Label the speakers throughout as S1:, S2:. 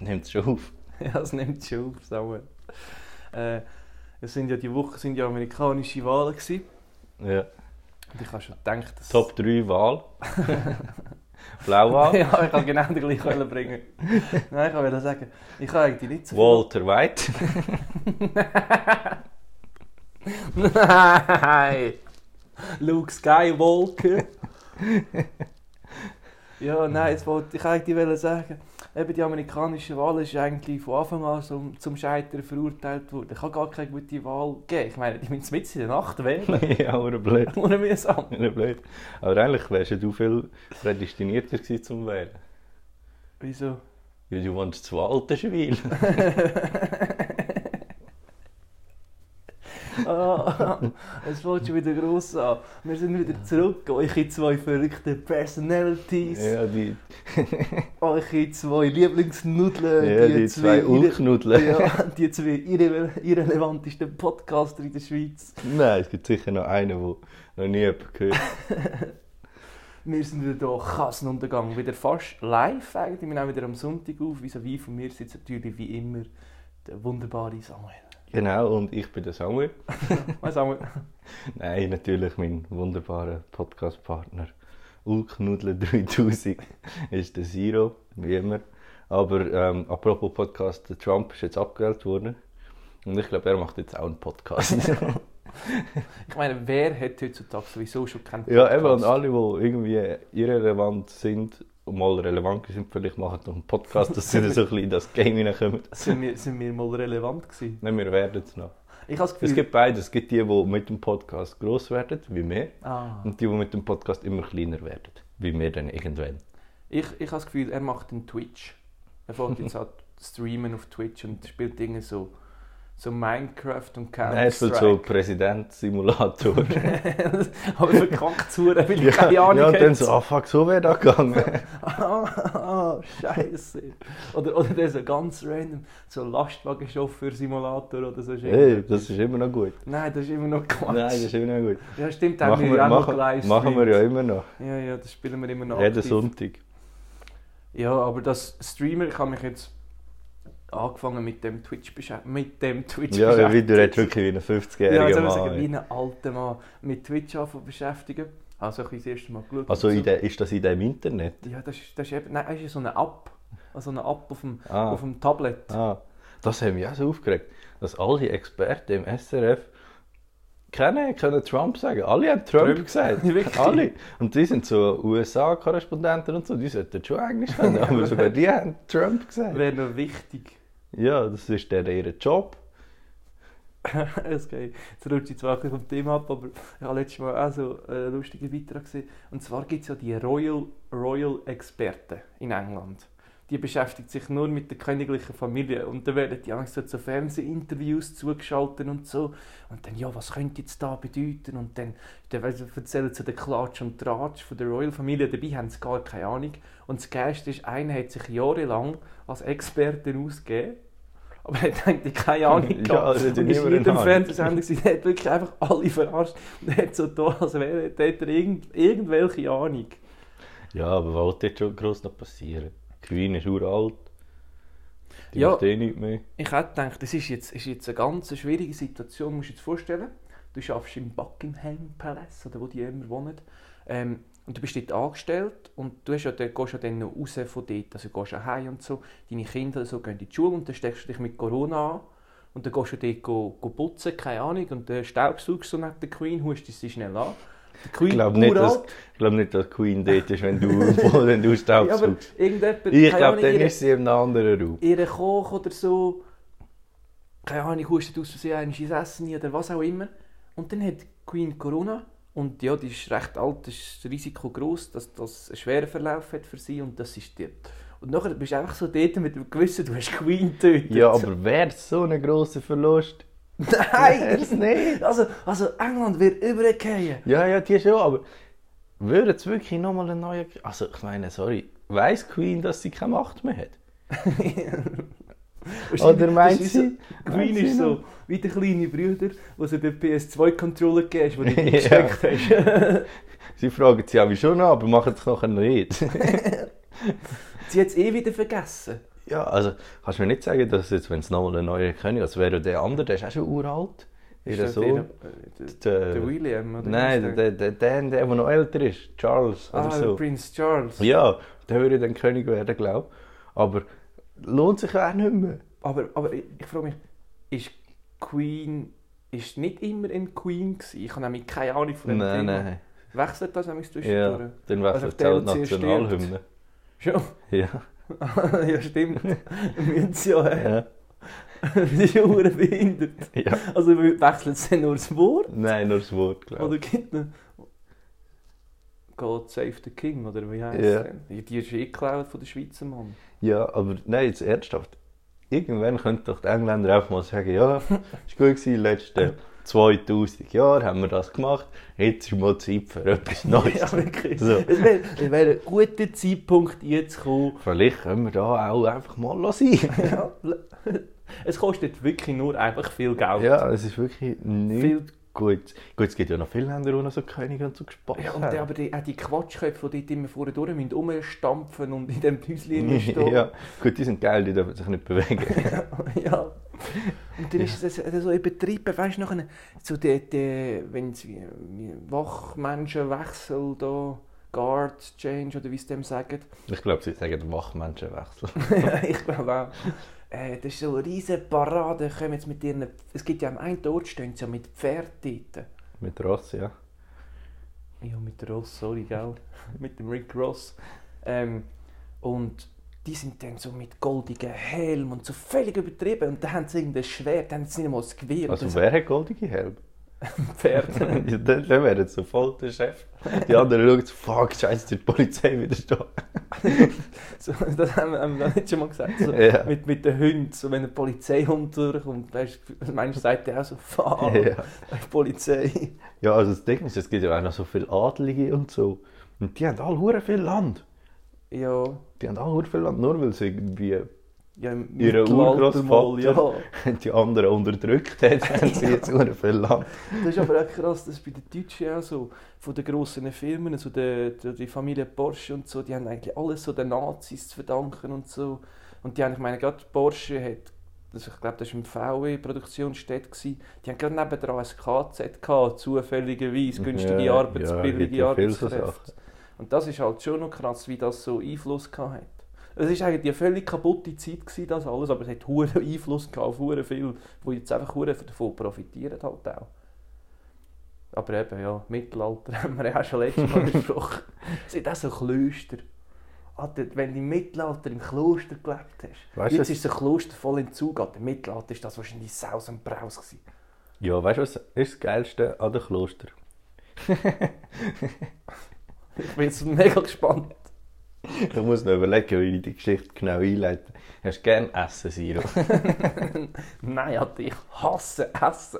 S1: nimmt es schon auf.
S2: Ja, es nimmt schon auf, Samuel. Äh, es sind ja die Woche sind ja amerikanische Wahlen gewesen.
S1: Ja.
S2: Und ich habe schon gedacht, dass...
S1: Top 3 Wahl. Blauwahl.
S2: ja, ich kann genau den gleichen wollen bringen. Nein, ich wollte sagen, ich habe eigentlich nicht so
S1: Walter White.
S2: Nein! Luke Skywalker. ja, nein, jetzt wollte ich eigentlich wollte sagen, eben die amerikanische Wahl ist eigentlich von Anfang an zum, zum Scheitern verurteilt worden. Ich habe gar keine gute Wahl gegeben. Ich meine, die müssen mitten in der Nacht wählen.
S1: ja, aber blöd.
S2: Ohne mühsam.
S1: aber blöd. Aber eigentlich wärst ja du viel prädestinierter gewesen zum Wählen.
S2: Wieso?
S1: Weil du wohnst zu Altenschwil.
S2: Ah, es fängt schon wieder gross an. Wir sind wieder zurück. Eure zwei verrückten Personalities.
S1: ja, die,
S2: Eure zwei Lieblingsnudeln.
S1: ja, die zwei
S2: irre-
S1: Ulknudeln.
S2: Ja, die zwei irre irrelevantesten Podcaster in der Schweiz.
S1: Nein, es gibt sicher noch einen, der noch nie jemand gehört hat.
S2: Wir sind wieder hier, Kassenuntergang, wieder fast live eigentlich. Wir nehmen wieder am Sonntag auf. Vis-à-vis von mir sitzt natürlich wie immer der wunderbare Samuel.
S1: Genau, und ich bin der Samuel.
S2: Moin Samuel.
S1: Nein, natürlich mein wunderbarer Podcast-Partner. Ulknudler 3000 ist der Zero, wie immer. Aber ähm, apropos Podcast, der Trump ist jetzt abgewählt worden. Und ich glaube, er macht jetzt auch einen Podcast.
S2: Ich meine, wer hat heutzutage sowieso schon keinen
S1: ja, eben, und alle, die irgendwie irrelevant sind, und mal relevant sind, vielleicht machen noch einen Podcast, dass sie dann so ein bisschen in das Game hineinkommen.
S2: Sind wir, sind wir mal relevant gewesen?
S1: Nein, wir werden es noch.
S2: Ich habe das Gefühl...
S1: Es gibt beides. Es gibt die, die mit dem Podcast gross werden, wie wir.
S2: ah.
S1: Und die, die mit dem Podcast immer kleiner werden, wie wir dann irgendwann.
S2: Ich, ich habe das Gefühl, er macht einen Twitch. Er fängt jetzt an zu streamen auf Twitch und spielt Dinge so, so Minecraft und Counter-Strike.
S1: Er ist so Präsident-Simulator.
S2: Aber verkackt zu, weil ich keine Ahnung
S1: ja, und dann
S2: hätte.
S1: so, ah fuck, so wäre das gegangen.
S2: Ah, scheiße. Oder, oder der so ganz random, so Lastwagenchauffeur-Simulator oder so.
S1: hey, das ist immer noch gut.
S2: Nein, das ist immer noch Quatsch.
S1: Nein, das ist immer noch gut.
S2: ja, stimmt, haben
S1: Machen
S2: wir ja
S1: wir,
S2: auch noch
S1: machen,
S2: geleistet.
S1: machen wir ja immer noch.
S2: Ja, ja, das spielen wir immer noch
S1: Jeden
S2: aktiv.
S1: Sonntag.
S2: Ja, aber das Streamer, ich habe mich jetzt angefangen mit dem Twitch beschäftigen. Mit dem Twitch
S1: Ja, ja, wie
S2: beschäftigen.
S1: du redest wirklich wie ein
S2: Ja,
S1: 50-jähriger
S2: jetzt haben wir sagen,
S1: Mann.
S2: wie
S1: ey.
S2: ein alter Mann mit Twitch anfangen beschäftigen. Also ich habe das erste Mal geschaut.
S1: Also
S2: und
S1: in
S2: so.
S1: der, ist das in dem Internet?
S2: Ja, das ist, das ist eben... Nein, das ist so eine App. Also eine App auf dem,
S1: Ah,
S2: auf dem Tablet.
S1: ah, das haben mich auch so aufgeregt, dass alle Experten im SRF kennen, können Trump sagen. Alle haben Trump,
S2: Trump.
S1: gesagt.
S2: Wirklich?
S1: Alle. Und die sind so USA-Korrespondenten und so, die sollten schon Englisch können, aber sogar die haben Trump gesagt.
S2: Wäre noch wichtig.
S1: Ja, das ist der ihr Job.
S2: Es geht. Jetzt rutscht ich zwar ein bisschen vom Thema ab, aber ich habe letztes Mal auch so einen lustigen Beitrag gesehen. Und zwar gibt es ja die Royal, Royal Experten in England. Die beschäftigt sich nur mit der königlichen Familie. Und dann werden die Angst so Fernsehinterviews zugeschaltet und so. Und dann, ja, was könnte jetzt da bedeuten? Und dann, dann weiss ich, erzählen sie den Klatsch und Tratsch von der Royal Familie. Dabei haben sie gar keine Ahnung. Und das Geilste ist, einer hat sich jahrelang als Experte ausgegeben. Aber er hat eigentlich keine Ahnung
S1: Ja,
S2: gehabt.
S1: das hat ja
S2: und ist
S1: niemand
S2: in jedem
S1: eine Ahnung.
S2: Fernsehsender gewesen. Der hat wirklich einfach alle verarscht. Und er hat so da, als wäre er hätte er irgend, irgendwelche Ahnung.
S1: Ja, aber was wird jetzt schon gross noch passieren? Die Queen ist uralt. Die
S2: Ja.
S1: macht eh nichts mehr.
S2: Ich hätte gedacht, das ist jetzt, ist jetzt eine ganz schwierige Situation, musst du dir vorstellen. Du arbeitest im Buckingham Palace, oder wo die immer wohnen. Ähm, und du bist dort angestellt und du hast ja, dort- gehst ja dann noch raus von dort, also gehst ja heim und so. Deine Kinder so gehen in die Schule und dann steckst du dich mit Corona an. Und dann gehst du dort go, go putzen, keine Ahnung, und dann staubsaugst du so neben der Queen, hustest sie schnell an. Die Queen,
S1: Ich glaube nicht, dass,
S2: uralt.
S1: ich glaub nicht, dass die Queen dort ist, wenn du, wenn du Staub
S2: Ja, aber
S1: suchst.
S2: irgendjemand,
S1: Ich
S2: keine
S1: glaube,
S2: Ahnung,
S1: dann
S2: ihre-
S1: ist sie in einem anderen Raum.
S2: ihren Koch oder so, keine Ahnung, hustet aus Versehen einmal ins Essen rein oder was auch immer. Und dann hat Queen Corona und ja, die ist recht alt, das ist das Risiko groß, dass das einen schweren Verlauf hat für sie und dass sie stirbt. Und nachher bist du einfach so dort mit dem Gewissen, du hast Queen getötet.
S1: Ja, aber wäre so ein grosser Verlust?
S2: Nein!
S1: Wär's nicht.
S2: Also, also England wird übergehen.
S1: Ja, ja, die schon, aber würde es wirklich nochmal einen neuen. Also, ich meine, sorry, weiss Queen, dass sie keine Macht mehr hat? Oder meint
S2: Das ist
S1: sie?
S2: so- Queen
S1: meint sie
S2: ist
S1: noch?
S2: so wie der kleine Bruder, der sie den PS2-Controller gegeben hast, den du
S1: Ja.
S2: gesteckt hast.
S1: Sie fragen sie ja wie schon an, aber machen es nachher nicht.
S2: sie hat es eh wieder vergessen.
S1: Ja, also kannst du mir nicht sagen, dass jetzt, wenn es nochmal einen neuen König also wäre der andere, der ist auch schon uralt. Ist
S2: das
S1: so?
S2: der, äh, der,
S1: der-
S2: der William? Oder
S1: Nein,
S2: was
S1: der, der, der, der, der, der noch älter ist, Charles
S2: Ah,
S1: oder so.
S2: Prince Charles.
S1: Ja, der würde dann König werden, glaube ich. Aber lohnt sich auch nicht mehr.
S2: Aber, aber ich, ich frage mich, ist Queen ist nicht immer in Queen gewesen? Ich habe nämlich keine Ahnung von dem
S1: Nein,
S2: Thema.
S1: nein.
S2: Wechselt das nämlich zwischendurch?
S1: Ja, dann wechselt es
S2: Also
S1: auch die
S2: der, der zuerst
S1: Nationalhymne.
S2: Schon?
S1: Ja,
S2: ja, stimmt. Müssen sie ja haben.
S1: ja,
S2: Das ist ja hure behindert.
S1: ja.
S2: Also wechselt sie nur das Wort?
S1: Nein, nur das Wort, glaube
S2: Oder gibt es God Save the King, oder wie heißt
S1: Ja.
S2: es denn? Ja, Die ist eh geklaut von den Schweizer Mann.
S1: ich. Ja, aber nein, jetzt ernsthaft. Irgendwann könnten doch die Engländer einfach mal sagen, ja, es war gut, gewesen, die letzten 2000 Jahre haben wir das gemacht, jetzt ist mal Zeit für etwas Neues.
S2: Ja, wirklich.
S1: So.
S2: Es wäre wär ein guter Zeitpunkt, jetzt zu kommen.
S1: Vielleicht können wir da auch einfach mal sein.
S2: Ja, es kostet wirklich nur einfach viel Geld.
S1: Ja, es ist wirklich nicht
S2: Viel,
S1: gut. Gut, es gibt ja noch viele Länder, die noch so Könige und so gespannt
S2: ja, und
S1: haben.
S2: dann aber die, auch die Quatschköpfe, die dort immer vorne durch müssen, rumstampfen und in dem Häuschen stehen.
S1: ja, gut, die sind geil, die dürfen sich nicht bewegen.
S2: ja. Und dann ist es also so in Betrieben, weißt du, nachher, so die, die, wenn es wie, wie Wachmenschenwechsel da, Guard Change oder wie sie dem sagen.
S1: Ich glaube, sie sagen Wachmenschenwechsel.
S2: Ja, ich glaube auch. Äh, das ist so eine riesige Parade, kommen jetzt mit ihren, es gibt ja am einen Ort stehen sie ja mit Pferd dort.
S1: Mit Ross, ja.
S2: Ja, mit Ross, sorry, gell? mit dem Rick Ross. Ähm, und die sind dann so mit goldigen Helm und so völlig übertrieben. Und dann haben sie irgendein Schwert, dann haben sie nicht mal das Gewehr.
S1: Also
S2: das
S1: wer hat goldige Helme?
S2: Pferd.
S1: Ja, dann dann wäre jetzt sofort der Chef. Die anderen schauen so, fuck, scheiße, die Polizei wieder da.
S2: so, das haben wir, haben wir nicht schon mal gesagt. So,
S1: Ja.
S2: Also, mit, mit den Hunden, so, wenn ein Polizeihund durchkommt, weißt, du, meinst du, sagt der auch so, fahr,
S1: Ja.
S2: Polizei.
S1: ja, also das Ding ist, es gibt ja auch noch so viele Adlige und so. Und die haben alle hure viel Land.
S2: Ja,
S1: Die haben alle hure viel Land, nur weil sie irgendwie
S2: ja im
S1: ihren
S2: Mittelalter mal,
S1: Urgroßvater
S2: ja.
S1: die anderen unterdrückt hat, haben sie jetzt hure viel Land.
S2: Das ist aber auch krass, das ist bei den Deutschen auch so, von den grossen Firmen, so der, der, die Familie Porsche und so, die haben eigentlich alles so den Nazis zu verdanken und so. Und die haben, ich meine, gerade Porsche hat, also ich glaube, das war im VW-Produktionsstätte, gewesen, die haben gerade nebendran ein KZ gehabt, zufälligerweise, günstige
S1: Mhm. Ja,
S2: Arbeits-,
S1: ja, gibt
S2: billige
S1: ja viel so
S2: Arbeitskräfte. und das ist halt schon noch krass, wie das so Einfluss gehabt hat. Es war eigentlich eine völlig kaputte Zeit, gewesen, das alles, aber es hat hohen Einfluss gehabt auf hure viel, die jetzt einfach hure davon profitieren halt auch. Aber eben, ja, Mittelalter haben wir ja auch schon letztes Mal besprochen. Es sind auch so Klöster. Alter, wenn du im Mittelalter im Kloster gelebt hast,
S1: Weißt du, was-
S2: jetzt ist das Kloster voll in Zug. Alter, Im Mittelalter war das wahrscheinlich Saus und Braus. Gewesen.
S1: Ja, weißt du, was ist das Geilste an den Kloster?
S2: Ich bin jetzt mega gespannt.
S1: Ich muss noch überlegen, wie ich die Geschichte genau einleite. Hast du gerne Essen, Siro?
S2: Nein, Alter, ich hasse Essen.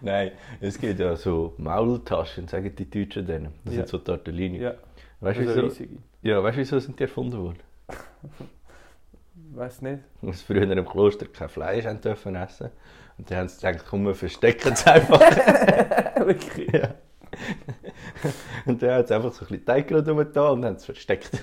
S1: Nein, es gibt ja so Maultaschen, sagen die Deutschen denen. Das
S2: Ja.
S1: sind so Tortellini.
S2: Ja,
S1: Weißt du,
S2: also
S1: wieso,
S2: riesige.
S1: ja, weißt du, wieso sind die erfunden worden?
S2: Weiß nicht.
S1: Weil sie früher im Kloster kein Fleisch haben dürfen essen. Und dann haben sie gedacht, komm, wir verstecken es einfach.
S2: Wirklich.
S1: ja. Und dann haben sie einfach so ein bisschen Teig rumgetan und haben es versteckt.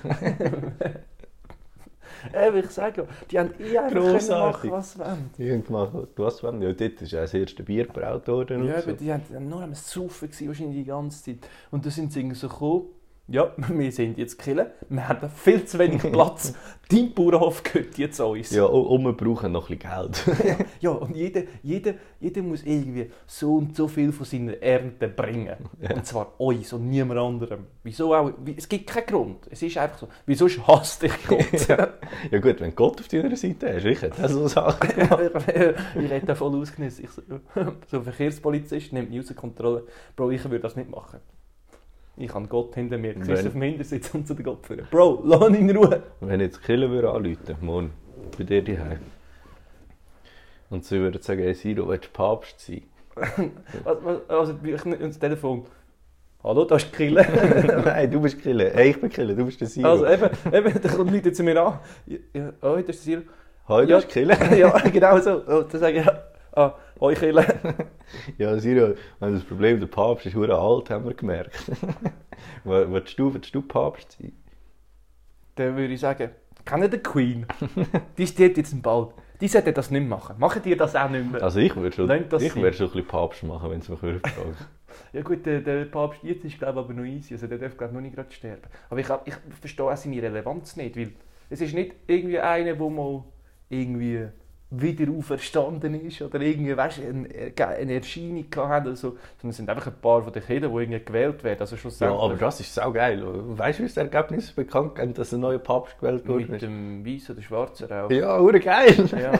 S2: Eben, ich sage ja, die haben eh einfach können machen,
S1: Grossartig.
S2: was sie wollen.
S1: Irgendwann, was wenn? Ja, dort ist ja das erste Bier braut worden. und
S2: Ja,
S1: so.
S2: aber die haben die haben nur am Saufen gewesen, wahrscheinlich die ganze Zeit. Und da sind sie irgendwie so gekommen, ja, wir sind jetzt Killer, wir haben viel zu wenig Platz, dein Bauernhof gehört jetzt uns.
S1: Ja, und und wir brauchen noch ein bisschen Geld.
S2: Ja, und jeder, jeder, jeder muss irgendwie so und so viel von seiner Ernte bringen. Und zwar uns und niemand anderem. Wieso auch? wie- Es gibt keinen Grund. Es ist einfach so. Wieso hasst dich Gott?
S1: ja. ja gut, wenn Gott auf deiner Seite ist, ich hätte auch so Sachen.
S2: ich hätte da voll ausgenutzt. Ich so, so ein Verkehrspolizist nimmt mich aus der Kontrolle. Bro, ich würde das nicht machen. Ich habe Gott hinter mir. Ich sitze
S1: Wenn-
S2: auf dem Hintersitz und zu den Gott führen. Bro, lass ihn in Ruhe.
S1: Wenn jetzt Killer würde anrufen, morgen, bei dir daheim. Und sie würden sagen, hey Siro, willst du Papst sein?
S2: Was, was, also, ich nehme das Telefon. Hallo, das ist Killer.
S1: Nein, du bist Killer. Hey, ich bin Killer, du bist der Siro.
S2: Also eben, eben, da kommt Leute zu mir an. Ja, oh, das ist Silo.
S1: Hoi, du
S2: ja.
S1: bist Killer.
S2: ja, genau so. Und dann sage ich, ja, ah, hoi Killer.
S1: Ja, Siro, wenn das Problem der Papst ist, hure alt, haben wir gemerkt. Wo- Willst du, willst du Papst sein?
S2: Dann würde ich sagen, kennt ihr Queen? die stirbt jetzt im Bald. Die sollte das nicht machen. Machen die das auch nicht mehr?
S1: Also ich würde schon,
S2: Nein, das
S1: ich
S2: sind-
S1: würde schon ein bisschen Papst machen, wenn es mich würde fragen.
S2: Ja gut, der, der Papst jetzt ist glaube ich aber noch easy, also der darf glaube ich noch nicht gerade sterben. Aber ich, glaub, ich verstehe auch seine Relevanz nicht, weil es ist nicht irgendwie einer, der mal irgendwie wieder auferstanden ist oder irgendwie, weißt du, ein- eine Erscheinung hatte oder so, sondern es sind einfach ein paar von den Kindern, die irgendwie gewählt werden, also
S1: ja,
S2: schlussendlich
S1: aber das ist saugeil. Weißt du, wie das Ergebnis bekannt gegeben, dass ein neuer Papst gewählt worden
S2: mit
S1: ist?
S2: dem weißen oder schwarzen Rauch.
S1: Ja, urgeil!
S2: Ja,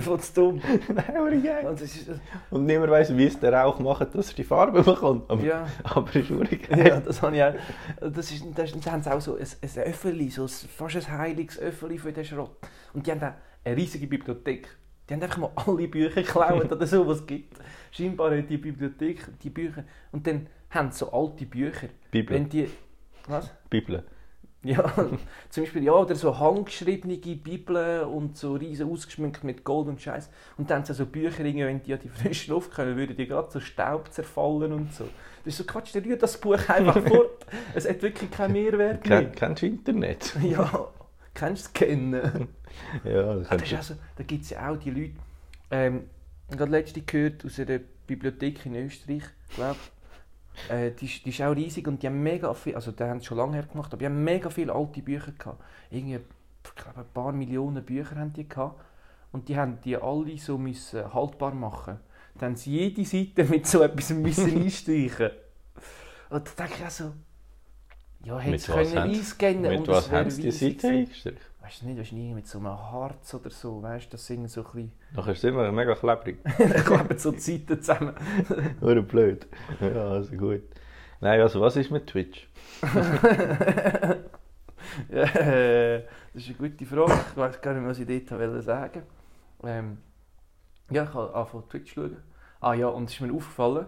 S2: voll zu dumm.
S1: Nein, urgeil!
S2: Also, es ist,
S1: Und niemand weiss, wie es der Rauch macht, dass er die Farbe bekommt. Aber,
S2: ja.
S1: aber ist urgeil.
S2: Ja, das habe ich auch. Das ist, das ist, da haben sie auch so ein, ein Öffeli, so ein, fast ein heiliges Öffeli für den Schrott. Und die haben auch eine riesige Bibliothek. Die haben einfach mal alle Bücher geklaut oder so, was es gibt. Scheinbar hat die Bibliothek die Bücher. Und dann haben sie so alte Bücher.
S1: Bibel.
S2: Wenn die... Was?
S1: Bibel.
S2: Ja, zum Beispiel, ja, oder so handgeschriebene Bibeln und so riesen ausgeschmückt mit Gold und Scheiß. Und dann haben sie so Bücher, irgendwie, wenn die an die frische Luft kommen, würden die gerade so Staub zerfallen und so. Das ist so Quatsch, der rührt das Buch einfach fort. Es hat wirklich keinen Mehrwert
S1: Ken,
S2: mehr.
S1: kennst du Internet?
S2: Ja, kennst du es kennen?
S1: Ja, das
S2: Ah, das
S1: kennst
S2: ist
S1: du.
S2: also, da gibt es ja auch die Leute, ähm, ich habe letzte gehört aus einer Bibliothek in Österreich, glaube äh, die, ist- die ist auch riesig und die haben mega viel, also die haben es schon lange her gemacht, aber die haben mega viele alte Bücher gehabt. Irgendwie, ich glaube, ein paar Millionen Bücher haben die gehabt. Und die haben die alle so müssen haltbar machen. Dann haben sie jede Seite mit so etwas müssen einstreichen. Und da denke ich auch so, ja, hätte
S1: Mit
S2: es
S1: was
S2: können
S1: haben sie-
S2: einscannen
S1: Mit
S2: und
S1: was
S2: es wäre
S1: haben sie die
S2: riesig
S1: Seite
S2: gewesen.
S1: eingestrichen?
S2: Weißt du nicht, weißt du nie mit so einem Harz oder so, weißt du, das sind so ein
S1: Nachher sind wir mega klebrig.
S2: bisschen, da kleben so die Seiten zusammen.
S1: Oder blöd. Ja, also gut. Nein, also was ist mit Twitch?
S2: ja, äh, das ist eine gute Frage, ich weiß gar nicht, was ich dort wollte sagen ähm, Ja, ich habe angefangen Twitch zu schauen. Ah ja, und es ist mir aufgefallen,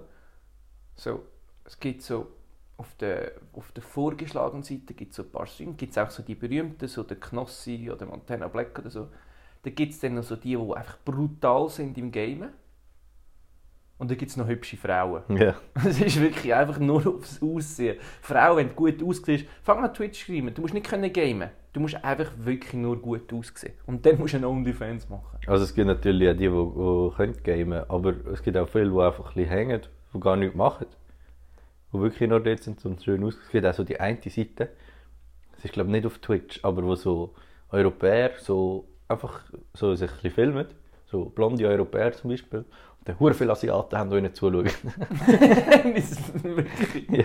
S2: so, es gibt so, auf der, auf der vorgeschlagenen Seite gibt es so ein paar Streams, gibt es auch so die berühmten, so der Knossi oder Montana Black oder so. Dann gibt es dann noch so die, die einfach brutal sind im Gamen. Und dann gibt es noch hübsche Frauen.
S1: Ja.
S2: Es ist wirklich einfach nur aufs Aussehen. Frau, wenn du gut aussiehst, fang an Twitch zu streamen. Du musst nicht können gamen. Du musst einfach wirklich nur gut aussehen. Und dann musst du einen Onlyfans machen.
S1: Also es gibt natürlich auch die, die, die können gamen, aber es gibt auch viele, die einfach ein bisschen hängen, die gar nichts machen. Die wirklich nur dort sind und schön aussehen. Es gibt auch so die eine Seite, das ist glaube ich nicht auf Twitch, aber wo so Europäer so einfach so sich ein bisschen filmen, so blonde Europäer zum Beispiel, und dann hure viele Asiaten haben, die ihnen zuschauen.
S2: Das ist wirklich-
S1: ja.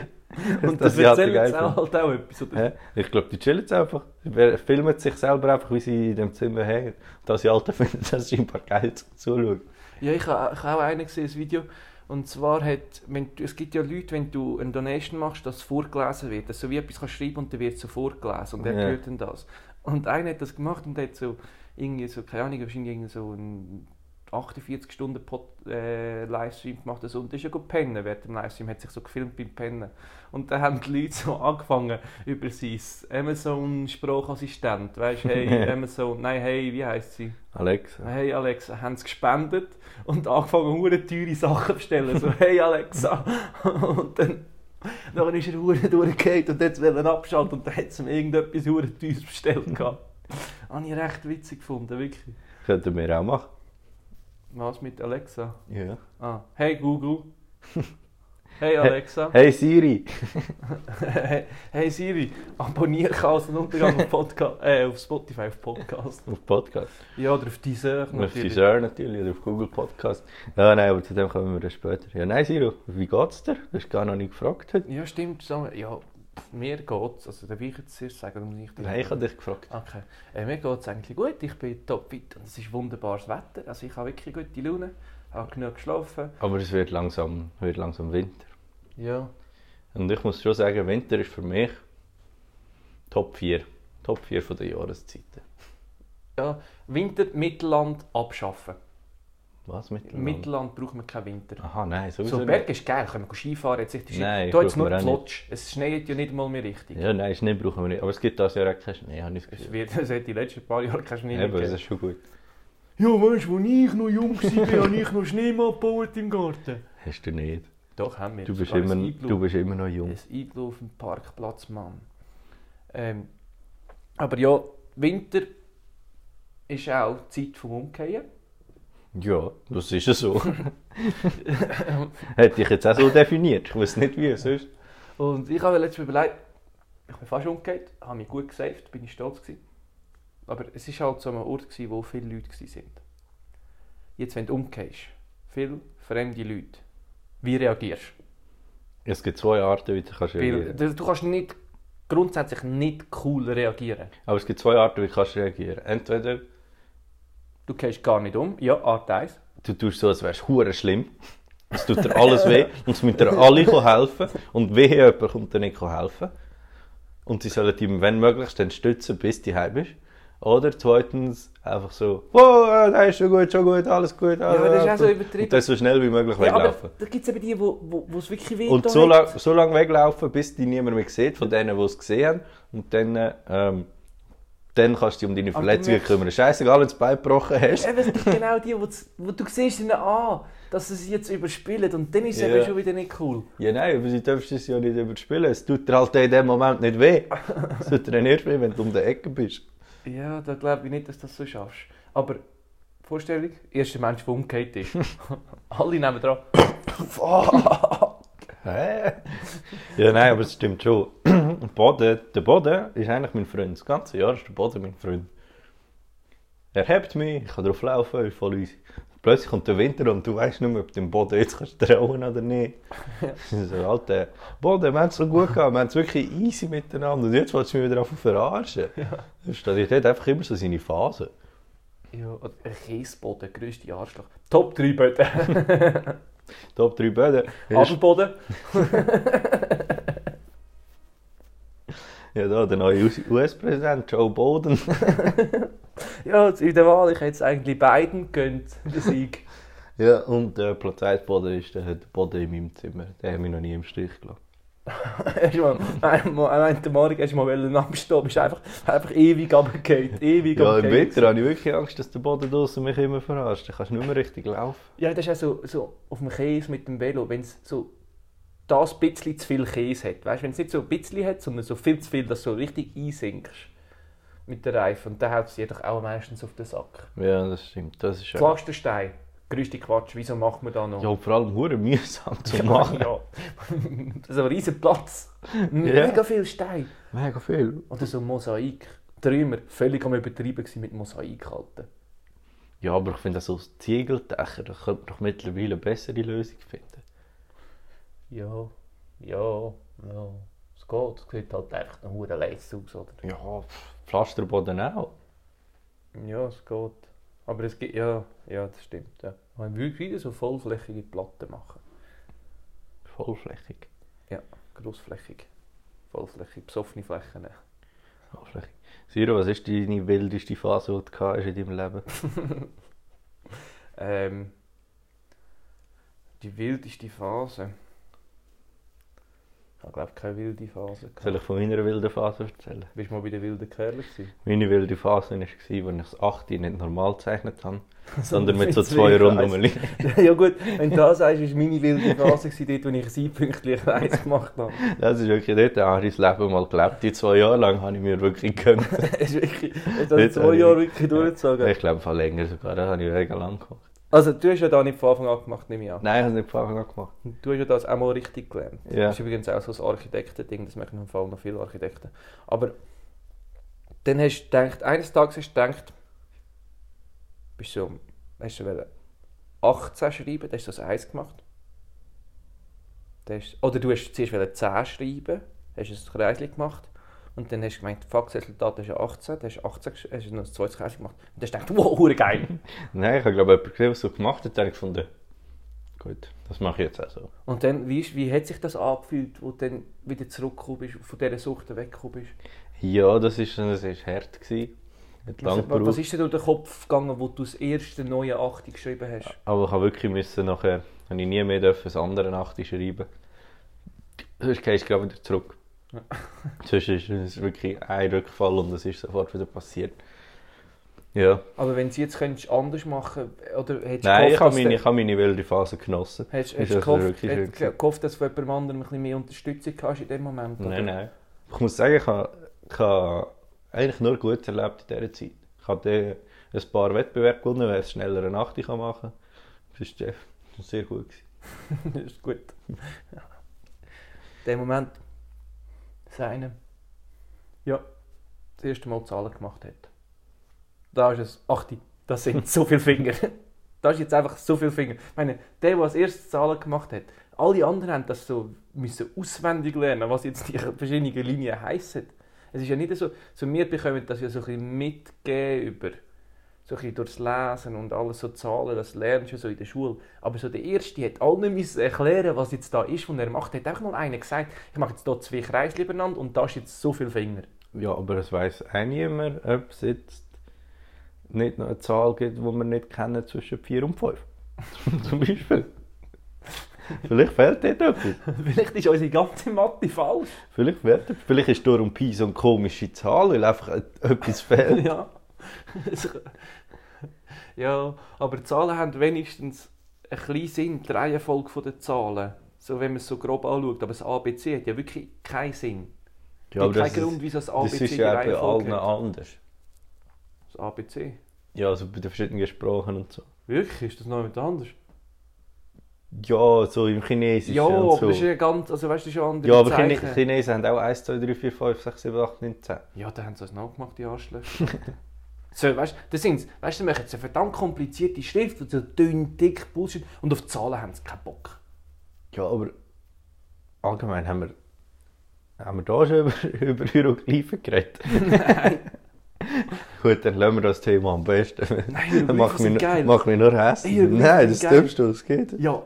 S1: Das
S2: Und das,
S1: ist ja
S2: erzählen
S1: geil
S2: sie auch
S1: von-
S2: halt auch etwas. Oder?
S1: Hä? Ich glaube, die chillen es einfach. Sie filmen sich selber einfach, wie sie in dem Zimmer hängen. Die Asiaten finden das scheinbar geil zum Zuschauen.
S2: Ja, ich habe ich habe auch einen gesehen, ein Video. Und zwar hat, wenn du, es gibt ja Leute, wenn du eine Donation machst, dass es vorgelesen wird. Dass du wie etwas kannst schreiben und dann wird es so vorgelesen. Und er
S1: Ja.
S2: hört dann das. Und einer hat das gemacht und hat so, irgendwie so, keine Ahnung, wahrscheinlich irgendwie so einen 48 Stunden Pod, äh, Livestream gemacht. oder so. Und das ist ja gut pennen während dem Livestream, hat sich so gefilmt beim Pennen. Und dann haben die Leute so angefangen über sein Amazon-Sprachassistent. Weißt du, hey, Amazon, nein, hey, wie heißt sie?
S1: Alex.
S2: Hey Alexa, haben sie gespendet und angefangen, hure teure Sachen zu bestellen. So, hey Alexa. und dann, dann ist er hure durchgehend und jetzt will er abschalten und dann hat sie ihm irgendetwas hure teures bestellt. gehabt. Habe ich recht witzig gefunden, wirklich.
S1: Könnten wir auch machen.
S2: Was mit Alexa?
S1: Ja.
S2: Ah, hey Google. Hey Alexa.
S1: Hey Siri!
S2: hey Siri, abonniere Kassen Untergang auf, Podcast, äh, auf Spotify, auf Podcast.
S1: Auf Podcast.
S2: Ja, oder auf Deezer
S1: Auf
S2: natürlich.
S1: Deezer natürlich oder auf Google Podcast. Ja, nein, aber zu dem kommen wir dann später. Ja, nein, Siro, wie geht's dir? Du hast gar noch nicht gefragt heute.
S2: Ja, stimmt. sagen wir- Ja, pff, mir geht's. Also, da will ich jetzt zuerst sagen, um nicht
S1: Nein, ich habe dich gefragt.
S2: Okay. Äh, mir geht's eigentlich gut. Ich bin topfit und es ist wunderbares Wetter. Also, ich habe wirklich gute Laune. Habe genug geschlafen.
S1: Aber es wird langsam, wird langsam Winter.
S2: Ja.
S1: Und ich muss schon sagen, Winter ist für mich Top 4. Top 4 von der Jahreszeiten.
S2: ja. Winter, Mittelland abschaffen.
S1: Was mit
S2: Im Mittelland braucht man keinen Winter.
S1: Aha, nein, sowieso
S2: So,
S1: nicht.
S2: Berg ist geil. Können wir Skifahren? Jetzt richtig Ski.
S1: Nein,
S2: da jetzt
S1: brauchen
S2: nur
S1: wir auch
S2: Flotsch. Es schneit ja nicht mal mehr richtig.
S1: Ja, nein, Schnee brauchen wir nicht. Aber es gibt das ja auch keinen Schnee, habe ich das
S2: Es,
S1: Gefühl.
S2: wird, es hat die letzten paar Jahre keinen Schnee
S1: Eben, das ist schon gut.
S2: Ja, weißt du, als ich noch jung war, habe ich noch Schnee abgebaut im Garten.
S1: Hast du nicht.
S2: Doch, haben wir.
S1: Du bist,
S2: Sogar ein
S1: immer,
S2: Igloo.
S1: du bist immer noch jung.
S2: Ein Iglo auf dem Parkplatz, Mann. Ähm, aber ja, Winter ist auch die Zeit vom Umkehren.
S1: Ja, das ist ja so. Hätte ich jetzt auch so definiert. Ich weiß nicht, wie sonst.
S2: Und ich habe mir letztens überlegt, ich bin fast umgekehrt, habe mich gut gesaved, bin ich stolz gewesen. Aber es war halt so ein Ort, gewesen, wo viele Leute waren. Jetzt, wenn du umkehrst, viele fremde Leute, wie reagierst
S1: Es gibt zwei Arten, wie du kannst
S2: du?
S1: reagieren
S2: Weil Du kannst nicht, grundsätzlich nicht cool reagieren.
S1: Aber es gibt zwei Arten, wie du kannst reagieren Entweder
S2: Du gehst gar nicht um. Ja, Art 1.
S1: du tust so, als wärst du hure schlimm. Es tut dir alles weh und es müssen dir alle kommen helfen. Und wehe jemand kommt dir nicht helfen. Und sie sollen dich, wenn möglichst, dann stützen, bis du heim bist. Oder zweitens einfach so, wow, nein, ist schon gut, schon gut, alles gut. Ja,
S2: aber das ist auch so übertrieben.
S1: Und dann so schnell wie möglich
S2: Ja, aber
S1: weglaufen.
S2: da gibt es eben die, wo, wo, wo es wirklich weh
S1: Und
S2: tut.
S1: so lange so lang weglaufen, bis dich niemand mehr sieht, von denen, die es gesehen haben. Und dann, äh, ähm, dann kannst du dich um deine
S2: Aber du
S1: Verletzungen
S2: merkst-
S1: kümmern. Scheißegal, wenn du das Bein gebrochen hast.
S2: Eben, es gibt genau die, wo, das- wo du siehst ihnen an, dass sie es jetzt überspielen. Und dann ist es
S1: Ja.
S2: eben schon wieder nicht cool.
S1: Ja, nein, aber sie dürfen es ja nicht überspielen. Es tut dir halt in dem Moment nicht weh. Es tut dir nicht weh, wenn du um die Ecke bist.
S2: Ja, da glaube ich nicht, dass du das so schaffst. Aber, Vorstellung, erster Mensch, der umgekehrt ist. Alle nehmen dran.
S1: Hä? Ja, nein, aber es stimmt schon. Der Boden, der Boden ist eigentlich mein Freund. Das ganze Jahr ist der Boden mein Freund. Er hebt mich, ich kann drauf laufen, ist voll easy. Plötzlich kommt der Winter und du weißt nicht mehr, ob du dem Boden jetzt kannst trauen oder nicht. so, alter Boden, wir haben es so gut gehabt, wir haben es wirklich easy miteinander und jetzt willst du mich wieder auf verarschen. Ja. Steht ich dort einfach immer so seine Phase.
S2: Ja, oder ein Käseboden, grösste Arschloch. Top 3 Böden.
S1: Top 3 Böden. Ist-
S2: Adelboden.
S1: Ja, da, der neue US- US-Präsident Joe Biden.
S2: Ja, jetzt in der Wahl, ich hätte es eigentlich beiden gönnt, den Sieg.
S1: Ja, und der Platz 1 Boden ist der, der Boden in meinem Zimmer. Der hat mich noch nie im Stich gelassen.
S2: Hast du mal, einmal, am Ende Morgen hast du mal wollen abstehen, bist einfach, einfach ewig runtergefallen. Ewig
S1: Ja, im
S2: runtergefallen.
S1: Winter habe ich wirklich Angst, dass der Boden draußen mich immer verarscht. Dann kannst du nicht mehr richtig laufen.
S2: Ja, das ist auch so, so auf dem Käse mit dem Velo, wenn es so das bisschen zu viel Käse hat. Weißt du, wenn es nicht so ein bisschen hat, sondern so viel zu viel, dass du so richtig einsinkst mit der Reifen. Und dann haut es dir doch auch meistens auf den Sack.
S1: Ja, das stimmt. Das ist ja.
S2: Pflasterstein, größte Quatsch, wieso macht man da noch?
S1: Ja, und vor allem hure mühsam zu machen.
S2: Ja. das ist ein riesen Platz.
S1: Ja.
S2: Mega viel Stein.
S1: Mega viel.
S2: Oder so Mosaik. Träumer, völlig am übertrieben gewesen mit Mosaik halten.
S1: Ja, aber ich finde, so aus Ziegeldächer, da könnte man doch mittlerweile eine bessere Lösung finden.
S2: Ja, ja, ja. Es geht, es sieht halt einfach eine hure Leis aus, oder?
S1: Ja, pff, Pflasterboden auch.
S2: Ja, es geht. Aber es gibt, ja, ja, das stimmt. Ja. Man würde wieder so vollflächige Platten machen.
S1: Vollflächig.
S2: Grossflächig. Vollflächig, besoffene Flächen.
S1: Vollflächig. Siro, was ist deine wildeste Phase, die du gehabt hast in deinem Leben?
S2: Ähm, die wildeste Phase. Ich glaube, keine wilde Phase. gehabt.
S1: Soll ich von meiner wilden Phase erzählen?
S2: Bist du mal bei den wilden Kerlen gewesen?
S1: Meine wilde Phase war, als ich das 8 nicht normal gezeichnet habe, sondern mit so zwei Rundumli.
S2: ja gut, wenn du das sagst, war meine wilde Phase gewesen, dort, wo ich ein einpünktlich Reis gemacht habe.
S1: Das ist wirklich dort, da habe ich das Leben mal gelebt. Die zwei Jahre lang habe ich mir wirklich gegönnt.
S2: Es ist wirklich, es
S1: Dort
S2: hat
S1: habe
S2: zwei
S1: ich-
S2: Jahre wirklich durchgezogen.
S1: Ich glaube, von länger sogar. Das habe ich mega lang gemacht.
S2: Also du hast ja da nicht von Anfang an gemacht, nehme ich an.
S1: Nein, ich habe es nicht von Anfang an gemacht.
S2: Du hast ja das auch mal richtig gelernt.
S1: Ja.
S2: Das ist übrigens auch so ein Architektending, das machen im Fall noch viele Architekten. Aber dann hast du gedacht, eines Tages hast du gedacht, bist du, um- hast du wollen 18 schreiben, dann hast du das 1 gemacht. Dann hast, oder du hast zuerst wollen 10 schreiben, hast ein Kreisli gemacht und dann hast du gemeint, fuck, das Resultat ist ja 18, dann hast du 18 gesch- äh, hast du noch ein zweites Kreisli gemacht und dann hast du gedacht, wow, hure geil.
S1: Nein, ich habe glaube, jemand gesehen, was so gemacht hat, habe ich gefunden, gut, das mache ich jetzt auch so.
S2: Und dann, wie, ist, wie hat sich das angefühlt, wo du dann wieder zurückgekommen bist, von dieser Sucht weggekommen bist?
S1: Ja, das ist, das ist hart. Gewesen. Hat lange
S2: Was, was
S1: gebraucht.
S2: ist dir durch den Kopf gegangen, wo du das erste neue Achtung geschrieben hast?
S1: Aber ich habe wirklich müssen nachher, habe ich nie mehr dürfen, das andere Nacht schreiben. Sonst gehst du gerade wieder zurück.
S2: Ja.
S1: Sonst ist es wirklich ein Rückfall und es ist sofort wieder passiert. Ja.
S2: Aber Also, wenn du es jetzt könntest anders machen oder hättest du
S1: Nein, ich
S2: gehofft,
S1: habe
S2: dass
S1: meine,
S2: der-
S1: ich habe meine wilde Phase genossen.
S2: hättest-
S1: Ist
S2: hättest
S1: das
S2: gehofft-
S1: wirklich schön
S2: hättest
S1: gewesen?
S2: gehofft, dass du von jemand anderem ein bisschen mehr Unterstützung hast in dem Moment? oder?
S1: Nein, nein. Ich muss sagen, ich habe, ich habe eigentlich nur gut erlebt in dieser Zeit. Ich habe dann ein paar Wettbewerbe gewonnen, weil ich schneller eine Nacht machen konnte. Das war sehr gut. Gewesen.
S2: das ist gut. Ja. Der Moment, seine, ja, das erste Mal Zahlen gemacht hat. Da ist es, ach, die, das sind so viele Finger. da ist jetzt einfach so viele Finger. Ich meine, der, der als erstes Zahlen gemacht hat, alle anderen haben das so müssen auswendig lernen, was jetzt die verschiedenen Linien heissen. Es ist ja nicht so, so wir bekommen das ja so ein bisschen mitgegeben über so ein bisschen durchs Lesen und alles so Zahlen, das lernst du so in der Schule. Aber so der Erste hat allen müssen erklären, was jetzt da ist, was er macht. Hat einfach mal einer gesagt, ich mache jetzt hier zwei Kreise übereinander und da ist jetzt so viel Finger.
S1: Ja, aber es weiss auch niemand, ob es jetzt nicht noch eine Zahl gibt, die wir nicht kennen zwischen 4 und 5. Zum Beispiel. Vielleicht fehlt dort etwas.
S2: Vielleicht ist unsere ganze Mathe falsch.
S1: Vielleicht, fehlt etwas. Vielleicht ist Darum Pi so eine komische Zahl, weil einfach et- etwas fehlt.
S2: ja. Es- ja, aber die Zahlen haben wenigstens einen kleinen Sinn, die Reihenfolge der Zahlen. So, wenn man es so grob anschaut. Aber das ABC hat ja wirklich keinen Sinn.
S1: Ja,
S2: es gibt keinen Grund, wieso das
S1: das
S2: ABC
S1: ist
S2: die
S1: ja bei
S2: Reihenfolge
S1: allen
S2: hat.
S1: anders.
S2: Das ABC?
S1: Ja, also bei den verschiedenen Sprachen und so.
S2: Wirklich? Ist das noch jemand anders?
S1: Ja, so im Chinesischen
S2: Ja,
S1: und
S2: aber
S1: so.
S2: das ist ja ganz, also weißt du, das ist ja andere
S1: Ja, aber Chine
S2: Zeichen.
S1: Chinesen haben auch 1, 2, 3, 4, 5, 6, 7, 8, 9, 10.
S2: Ja, da haben sie es nachgemacht, die Arschlöcher. so, weißt du, das sind's. Weißt du, sie machen jetzt eine verdammt komplizierte Schrift und so dünn, dick, Bullshit und auf die Zahlen haben sie keinen Bock.
S1: Ja, aber allgemein haben wir, haben wir da schon über, über Hieroglyphen geredet. Gut, dann lassen wir das Thema am besten.
S2: Nein,
S1: Dann
S2: Hieroglyphen
S1: mach mich,
S2: sind geil.
S1: mach mich nur hässlich.
S2: Hieroglyphen
S1: Nein,
S2: sind
S1: das
S2: geil.
S1: darfst du, es geht.
S2: Ja,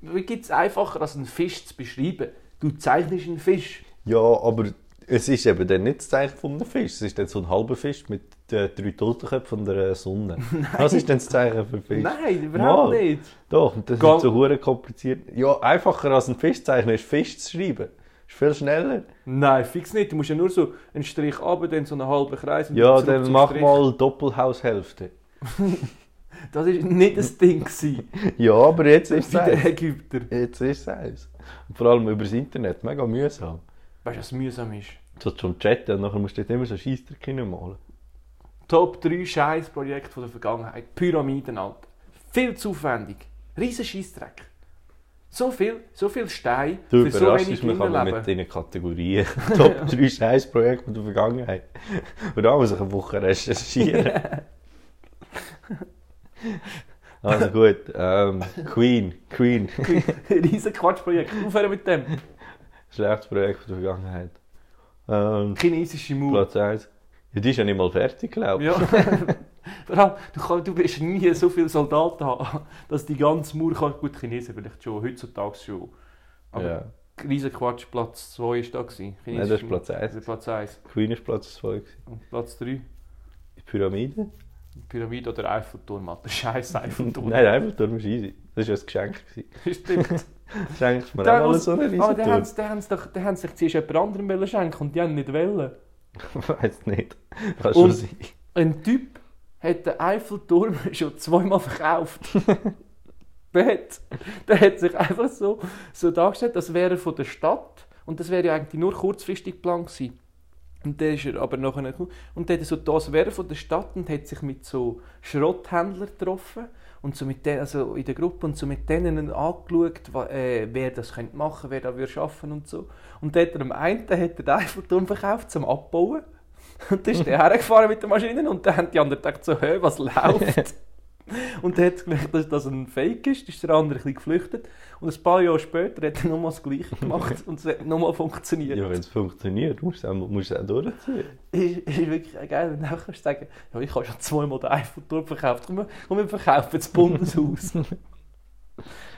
S2: wie gibt es einfacher, als einen Fisch zu beschreiben? Du zeichnest einen Fisch.
S1: Ja, aber es ist eben dann nicht das Zeichen von einem Fisch. Es ist dann so ein halber Fisch mit äh, drei Totenköpfen und einer Sonne. Das ist dann das Zeichen für Fisch.
S2: Nein, überhaupt
S1: Mal.
S2: nicht.
S1: Doch, und das
S2: Gal-
S1: ist so hure kompliziert. Ja, einfacher als ein Fisch zu zeichnen ist Fisch zu schreiben. Ist viel schneller.
S2: Nein, fix nicht. Du musst ja nur so einen Strich runter, dann so einen halben Kreis und
S1: Ja,
S2: zurück
S1: dann
S2: zum
S1: mach
S2: Strich.
S1: mal Doppelhaushälfte.
S2: Das war nicht das Ding gewesen,
S1: Ja, aber jetzt ist es
S2: bei den
S1: eins.
S2: Ägyptern.
S1: Jetzt ist es eins. Und vor allem über das Internet, mega mühsam.
S2: Weißt du, was mühsam ist?
S1: So zum Chatten, nachher musst du dort immer so Scheissdrückchen malen.
S2: Top 3 Scheißprojekte der Vergangenheit. Pyramiden, Alter. Viel zu aufwendig. Riesen Scheissdreck. So viel, so viel Stein
S1: Du
S2: für so
S1: überraschst
S2: wenig
S1: mich aber mit
S2: Kinderleben.
S1: deinen Kategorien. Top 3 Scheißprojekte der Vergangenheit. Und da muss ich eine Woche recherchieren. also gut, ähm, Queen, Queen.
S2: Riesen Quatschprojekt. Aufhören mit dem.
S1: Schlechtes Projekt der Vergangenheit. Ähm,
S2: Chinesische Mauer.
S1: Platz 1. Ja, die ist ja nicht mal fertig, glaube ich.
S2: Ja. Vor allem, du, kann, du wirst nie so viele Soldaten haben, dass die ganze Mauer kann. Gut, Chinesen vielleicht schon, heutzutage schon. Aber
S1: Ja.
S2: riesen Quatsch, Platz 2 war da. Gewesen.
S1: Nein, das ist Platz 1.
S2: Platz 1.
S1: Queen ist Platz 2. gewesen.
S2: Und Platz 3,
S1: Die Pyramide?
S2: Pyramide oder Eiffelturm. Alter, scheiß Eiffelturm.
S1: Nein, einfach Turm ist easy. Das war ja ein Geschenk. gewesen.
S2: Stimmt.
S1: Das schenkst du mir
S2: Der
S1: auch alle
S2: muss-
S1: so einen
S2: Aber der
S1: Riesenturm.
S2: hat's- der hat's doch- der haben sich zuerst jemand anderem wollen schenken und die haben nicht wollen.
S1: Ich weiß nicht. Kann
S2: Und-
S1: schon sein.
S2: Ein Typ hat den Eiffelturm schon zweimal verkauft. der, hat, der hat sich einfach so, so dargestellt, das wäre er von der Stadt und das wäre ja eigentlich nur kurzfristig geplant gewesen. Und der ist er aber nachher nicht gekommen. Und der hat so das wäre von der Stadt und hat sich mit so Schrotthändlern getroffen und so mit denen, also in der Gruppe und so mit denen angeschaut, wa- äh, wer das könnte machen, wer da würde arbeiten und so. Und der hat er am einen hat er den Eiffelturm verkauft zum Abbauen. Und dann ist der hergefahren mit der Maschine und dann haben die anderen gedacht so, hey, was läuft? und dann hat er gemerkt, dass das ein Fake ist, ist der andere ein bisschen geflüchtet. Und ein paar Jahre später hat er nochmal das Gleiche gemacht und es hat nochmal funktioniert.
S1: Ja, wenn es funktioniert, musst du es auch, musst du es auch durchziehen.
S2: ist, ist wirklich geil, wenn du auch kannst sagen ja, ich habe schon zweimal den Eiffelturm verkauft, komm, wir- komm wir verkaufen das Bundeshaus.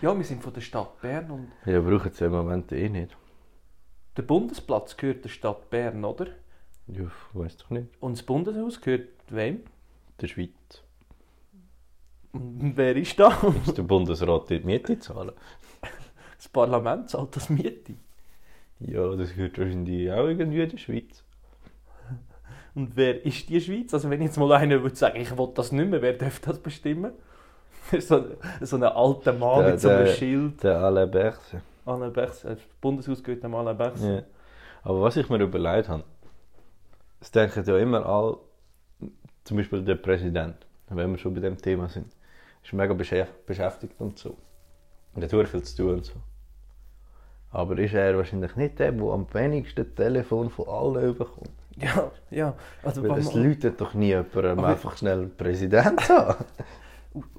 S2: ja, wir sind von der Stadt Bern und
S1: Ja, brauchen es im Moment eh nicht.
S2: der Bundesplatz gehört der Stadt Bern, oder?
S1: Ja, weiß doch nicht.
S2: Und das Bundeshaus gehört wem?
S1: Der Schweiz.
S2: Und wer ist da?
S1: Muss der Bundesrat dort Miete zahlen?
S2: Das Parlament zahlt das Miete.
S1: Ja, das gehört wahrscheinlich auch irgendwie der Schweiz.
S2: Und wer ist die Schweiz? Also wenn jetzt mal einer würde sagen, ich will das nicht mehr, wer darf das bestimmen? so, so ein alter Mann
S1: Der-
S2: mit so einem
S1: der-
S2: Schild.
S1: Der Alain Berset.
S2: Alain Berset, das Bundeshaus gehört dem Alain Berset.
S1: Ja. Aber was ich mir überlegt habe, Es denken ja immer alle, zum Beispiel der Präsident, wenn wir schon bei dem Thema sind, ist mega beschäf- beschäftigt und so. Und hat sehr viel zu tun und so. Aber ist er wahrscheinlich nicht der, der am wenigsten Telefon von allen überkommt?
S2: Ja, ja. Also,
S1: Weil es
S2: man
S1: läutet doch nie jemand, um
S2: Aber-
S1: einfach schnell Präsident zu haben.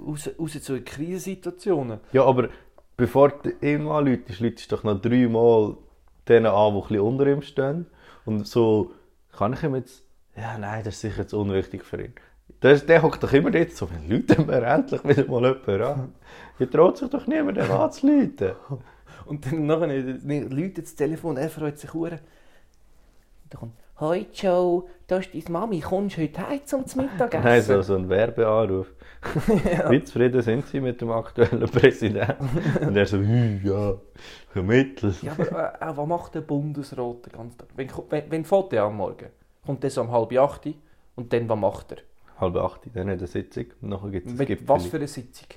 S2: aus, aus so in Krisensituationen.
S1: Ja, aber bevor du ihm anläutest, läutest du doch noch dreimal denen an, die ein bisschen unter ihm stehen. Und so, kann ich ihm jetzt... Ja, nein, das ist sicher zu unwichtig für ihn. Der, der hockt doch immer dort so, wenn läuten wir endlich wieder mal jemanden an. Ihr traut sich doch niemand, den anzuläuten.
S2: Und dann nachher läutet das Telefon, er freut sich hure.
S3: Da kommt, Hoi Joe, da ist deine Mami, kommst du heute heim zum Mittagessen?
S1: Nein, so, so ein Werbeanruf. Wie zufrieden sind sie mit dem aktuellen Präsidenten? Und er so, «Hm, ja, vermittelt.
S2: Ja, aber äh, auch was macht der Bundesrat den ganzen Tag? Wenn, wenn, wenn fährt der am Morgen? Kommt der so um halb acht und dann was macht er?
S1: Halb acht, dann hat er eine Sitzung. Und nachher gibt es
S2: Mit was für eine Sitzung?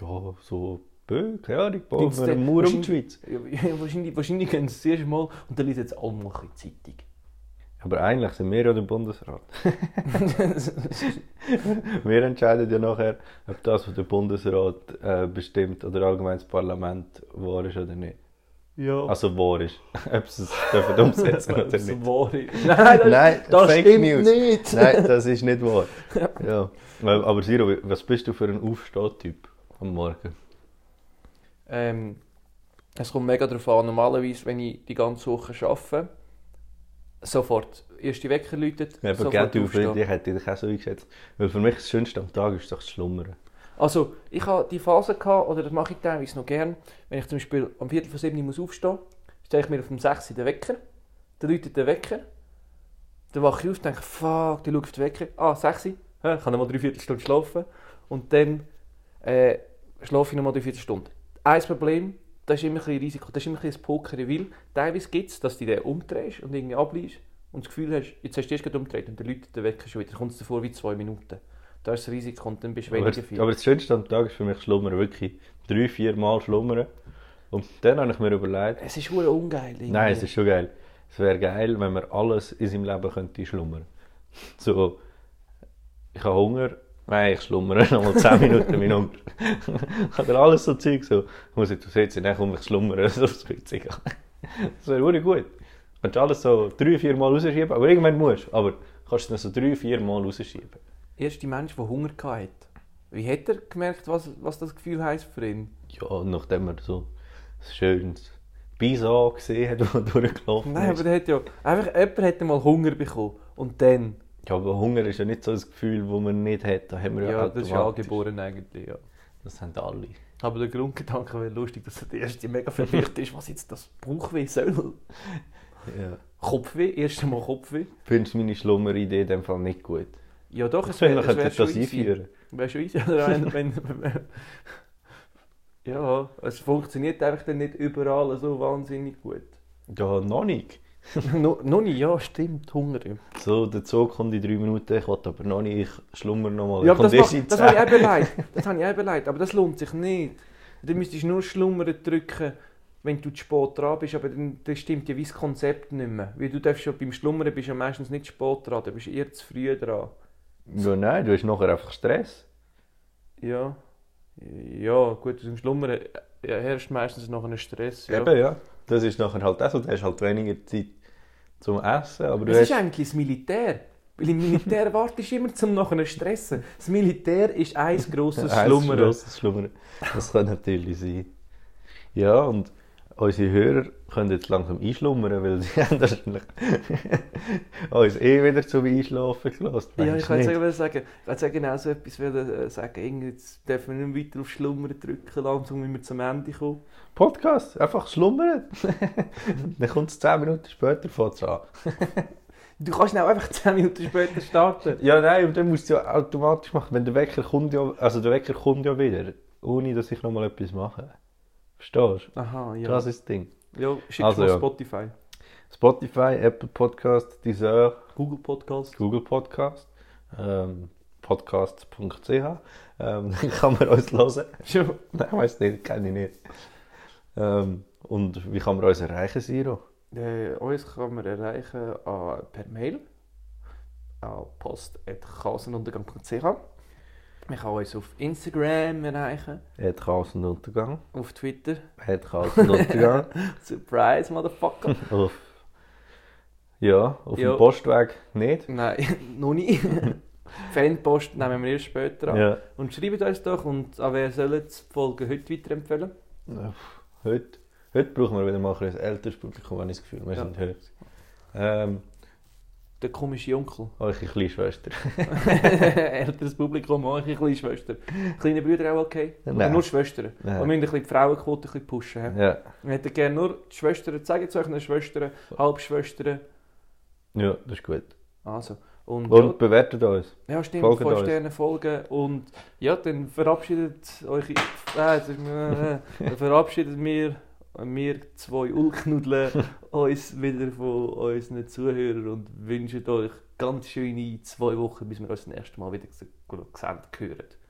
S1: Ja, so Bö, keine Ahnung, bauen
S2: Gibt's
S1: wir
S2: denn-
S1: einen Mauer um die
S2: wahrscheinlich-
S1: Schweiz.
S2: Ja, ja, wahrscheinlich, wahrscheinlich gehen sie das erste Mal und dann lesen sie alle mal ein bisschen Zeitung.
S1: Aber eigentlich sind wir ja der Bundesrat. wir entscheiden ja nachher, ob das, was der Bundesrat äh, bestimmt oder allgemein das Parlament wahr ist oder nicht.
S2: Ja.
S1: Also wahr ist. ob sie es dürfen umsetzen oder nicht.
S2: Nein, das,
S1: Nein,
S2: das
S1: Fake
S2: stimmt
S1: News.
S2: nicht.
S1: Nein, das ist nicht wahr. ja. Weil- Aber Siro, was bist du für ein Aufstehtyp am Morgen?
S2: Ähm, es kommt mega darauf an. Normalerweise, wenn ich die ganze Woche arbeite, sofort erste Wecker läutet,
S1: Ja, aber
S2: sofort
S1: gell, du,
S2: aufstehen.
S1: ich hätte dich auch so eingeschätzt. Weil für mich das Schönste am Tag ist doch das Schlummern.
S2: Also, ich habe die Phase gehabt, oder das mache ich teilweise noch gern, wenn ich zum Beispiel am Viertel vor sieben muss aufstehen, stelle ich mir auf dem 6 den Wecker, dann läutet der Wecker, dann wache ich auf, denke, fuck, dann schaue ich auf den Wecker, ah, 6 Uhr, hä, ich kann nochmal drei Viertelstunden schlafen, und dann äh, schlafe ich nochmal drei Viertelstunden. Ein Problem, das ist immer ein bisschen Risiko, das ist immer ein bisschen das Poker, weil teilweise gibt es, dass du den umdrehst und irgendwie ableist und das Gefühl hast, jetzt hast du erst gerade umgedreht und dann läutet der Wecker schon wieder, dann kommt es davor wie zwei Minuten. Da ist das Risiko und dann bist du
S1: Aber,
S2: weniger viel.
S1: aber das Schönste am Tag ist für mich Schlummern. Wirklich drei, vier Mal Schlummern. Und dann habe ich mir überlegt,
S2: Es ist wohl ungeil. irgendwie.
S1: nein, es ist schon geil. Es wäre geil, wenn man alles in seinem Leben könnte schlummern. So, ich habe Hunger, nein, ich schlummere nochmal 10 Minuten meinen Hunger. ich habe dann alles so Zeug so, ich muss jetzt sitzen, dann komme ich schlummern, so ist witzig. das wäre wirklich gut. Kannst du alles so drei, vier Mal rausschieben, aber irgendwann musst du, aber kannst du es dann so drei, vier Mal rausschieben.
S2: Der erste Mensch, der Hunger hatte. Wie hat er gemerkt, was, was das Gefühl heisst für ihn?
S1: Ja, und nachdem er so ein schönes Bisa gesehen hat, das durchgelaufen
S2: Nein, aber
S1: ist.
S2: der hat ja. Einfach jemand hat mal Hunger bekommen. Und dann.
S1: Ja, aber Hunger ist ja nicht so ein Gefühl, das man nicht hat. Da haben wir
S2: Ja,
S1: ja,
S2: das ist halt ja
S1: automatisch.
S2: angeboren eigentlich, ja.
S1: Das haben alle.
S2: Aber der Grundgedanke wäre lustig, dass der erste mega verwirrt ist, was jetzt das Bauchweh soll.
S1: Ja.
S2: Kopfweh, erst einmal Kopfweh.
S1: Findest du meine Schlummeridee in dem Fall nicht gut?
S2: Ja doch, es
S1: Vielleicht
S2: wäre
S1: könnte
S2: wär
S1: das einführen.
S2: Wäre schon easy. Oder wenn, wenn, ja, es funktioniert einfach dann nicht überall so wahnsinnig gut.
S1: Ja, noch nicht.
S2: no, noch nie, ja, stimmt, Hunger. Ja,
S1: So, der Zug kommt in drei Minuten, ich will aber noch nicht, ich schlummer noch mal.
S2: aber
S1: Ich komme
S2: das, mach,
S1: erst in
S2: das habe ich auch beleidigt. Das habe ich auch beleidigt, aber das lohnt sich nicht. Dann müsstest du nur schlummern drücken, wenn du zu spät dran bist, aber dann, dann stimmt ja wie das Konzept nicht mehr. Weil du darfst ja beim Schlummern bist ja meistens nicht zu spät dran, du bist eher zu früh dran.
S1: 10. Ja, nein, du hast nachher einfach Stress.
S2: Ja. Ja, gut, aus dem Schlummern ja, herrscht meistens noch ein Stress. Ja.
S1: Eben, ja. Das ist nachher halt auch so, du hast halt weniger Zeit zum Essen, aber du
S2: Es ist
S1: hast...
S2: eigentlich das Militär. Weil im Militär wartest du immer zum nachher stressen. Das Militär ist ein grosses
S1: Eins
S2: Schlummern.
S1: grosses Schlummern. Das kann natürlich sein. Ja, und unsere Hörer können jetzt langsam einschlummern, weil sie haben wahrscheinlich uns eh wieder zum Einschlafen gelassen.
S2: Ja, ich
S1: Meinst
S2: kann jetzt
S1: nicht?
S2: sagen, sagen, ich wollte sagen, genau so etwas wollen, äh, sagen. Irgendwie, Jetzt dürfen wir nicht weiter auf Schlummern drücken, langsam müssen wir zum Ende kommen.
S1: Podcast, einfach schlummern. Dann kommt es 10 Minuten später von an.
S2: Du kannst auch einfach 10 Minuten später starten.
S1: Ja, nein, aber dann musst du ja automatisch machen, wenn der Wecker kommt ja, also der Wecker kommt ja wieder, ohne dass ich nochmal etwas mache. Verstehst du?
S2: Aha, ja.
S1: Das ist das Ding.
S2: ja schickst
S1: Also,
S2: mal
S1: ja.
S2: Spotify.
S1: Spotify, Apple Podcast, Deezer,
S2: Google Podcast.
S1: Google Podcast, ähm, podcast.ch. Ähm, dann kann man uns hören.
S2: Ja.
S1: Nein, ich weiß nicht, kenne ich nicht. Ähm, und wie kann man uns erreichen, Siro?
S2: Äh, uns kann man erreichen ah, per Mail. an post.chaosenuntergang.ch. Man kann uns auf Instagram erreichen,
S1: Hat Chaosenuntergang.
S2: auf Twitter.
S1: Hat Chaosenuntergang.
S2: Surprise, Motherfucker!
S1: auf, ja, auf
S2: Ja.
S1: dem Postweg nicht.
S2: Nein, noch nie. Fanpost nehmen wir erst später an.
S1: Ja.
S2: Und schreibt uns doch, und an wer soll jetzt die Folge heute weiterempfehlen?
S1: Uff, Heute, heute brauchen wir wieder mal ein bisschen ein älteres Publikum, habe ich das Gefühl. Wir
S2: Ja.
S1: sind heute. Ähm,
S2: Der komische Onkel.
S1: eure kleine Schwester.
S2: Älteres Publikum, auch eine kleine Schwester. Kleine Brüder auch okay?
S1: Nein.
S2: Oder nur Schwestern?
S1: Nein.
S2: Wir müssen ein bisschen die Frauenquote ein bisschen pushen. Ja.
S1: Ja.
S2: Wir hätten gerne nur die Schwestern, zeigt es euch eine Schwestern, Halbschwestern.
S1: ja, das ist gut.
S2: Also, und,
S1: Und bewertet uns.
S2: ja, stimmt,
S1: folgt
S2: 5
S1: uns.
S2: Sterne folgen und ja, dann verabschiedet euch. Äh, jetzt ist mir- äh, dann verabschiedet mir, wir zwei Ulknudeln uns wieder von unseren Zuhörern und wünschen euch ganz schöne zwei Wochen, bis wir uns das nächste Mal wieder ges- sehen hören.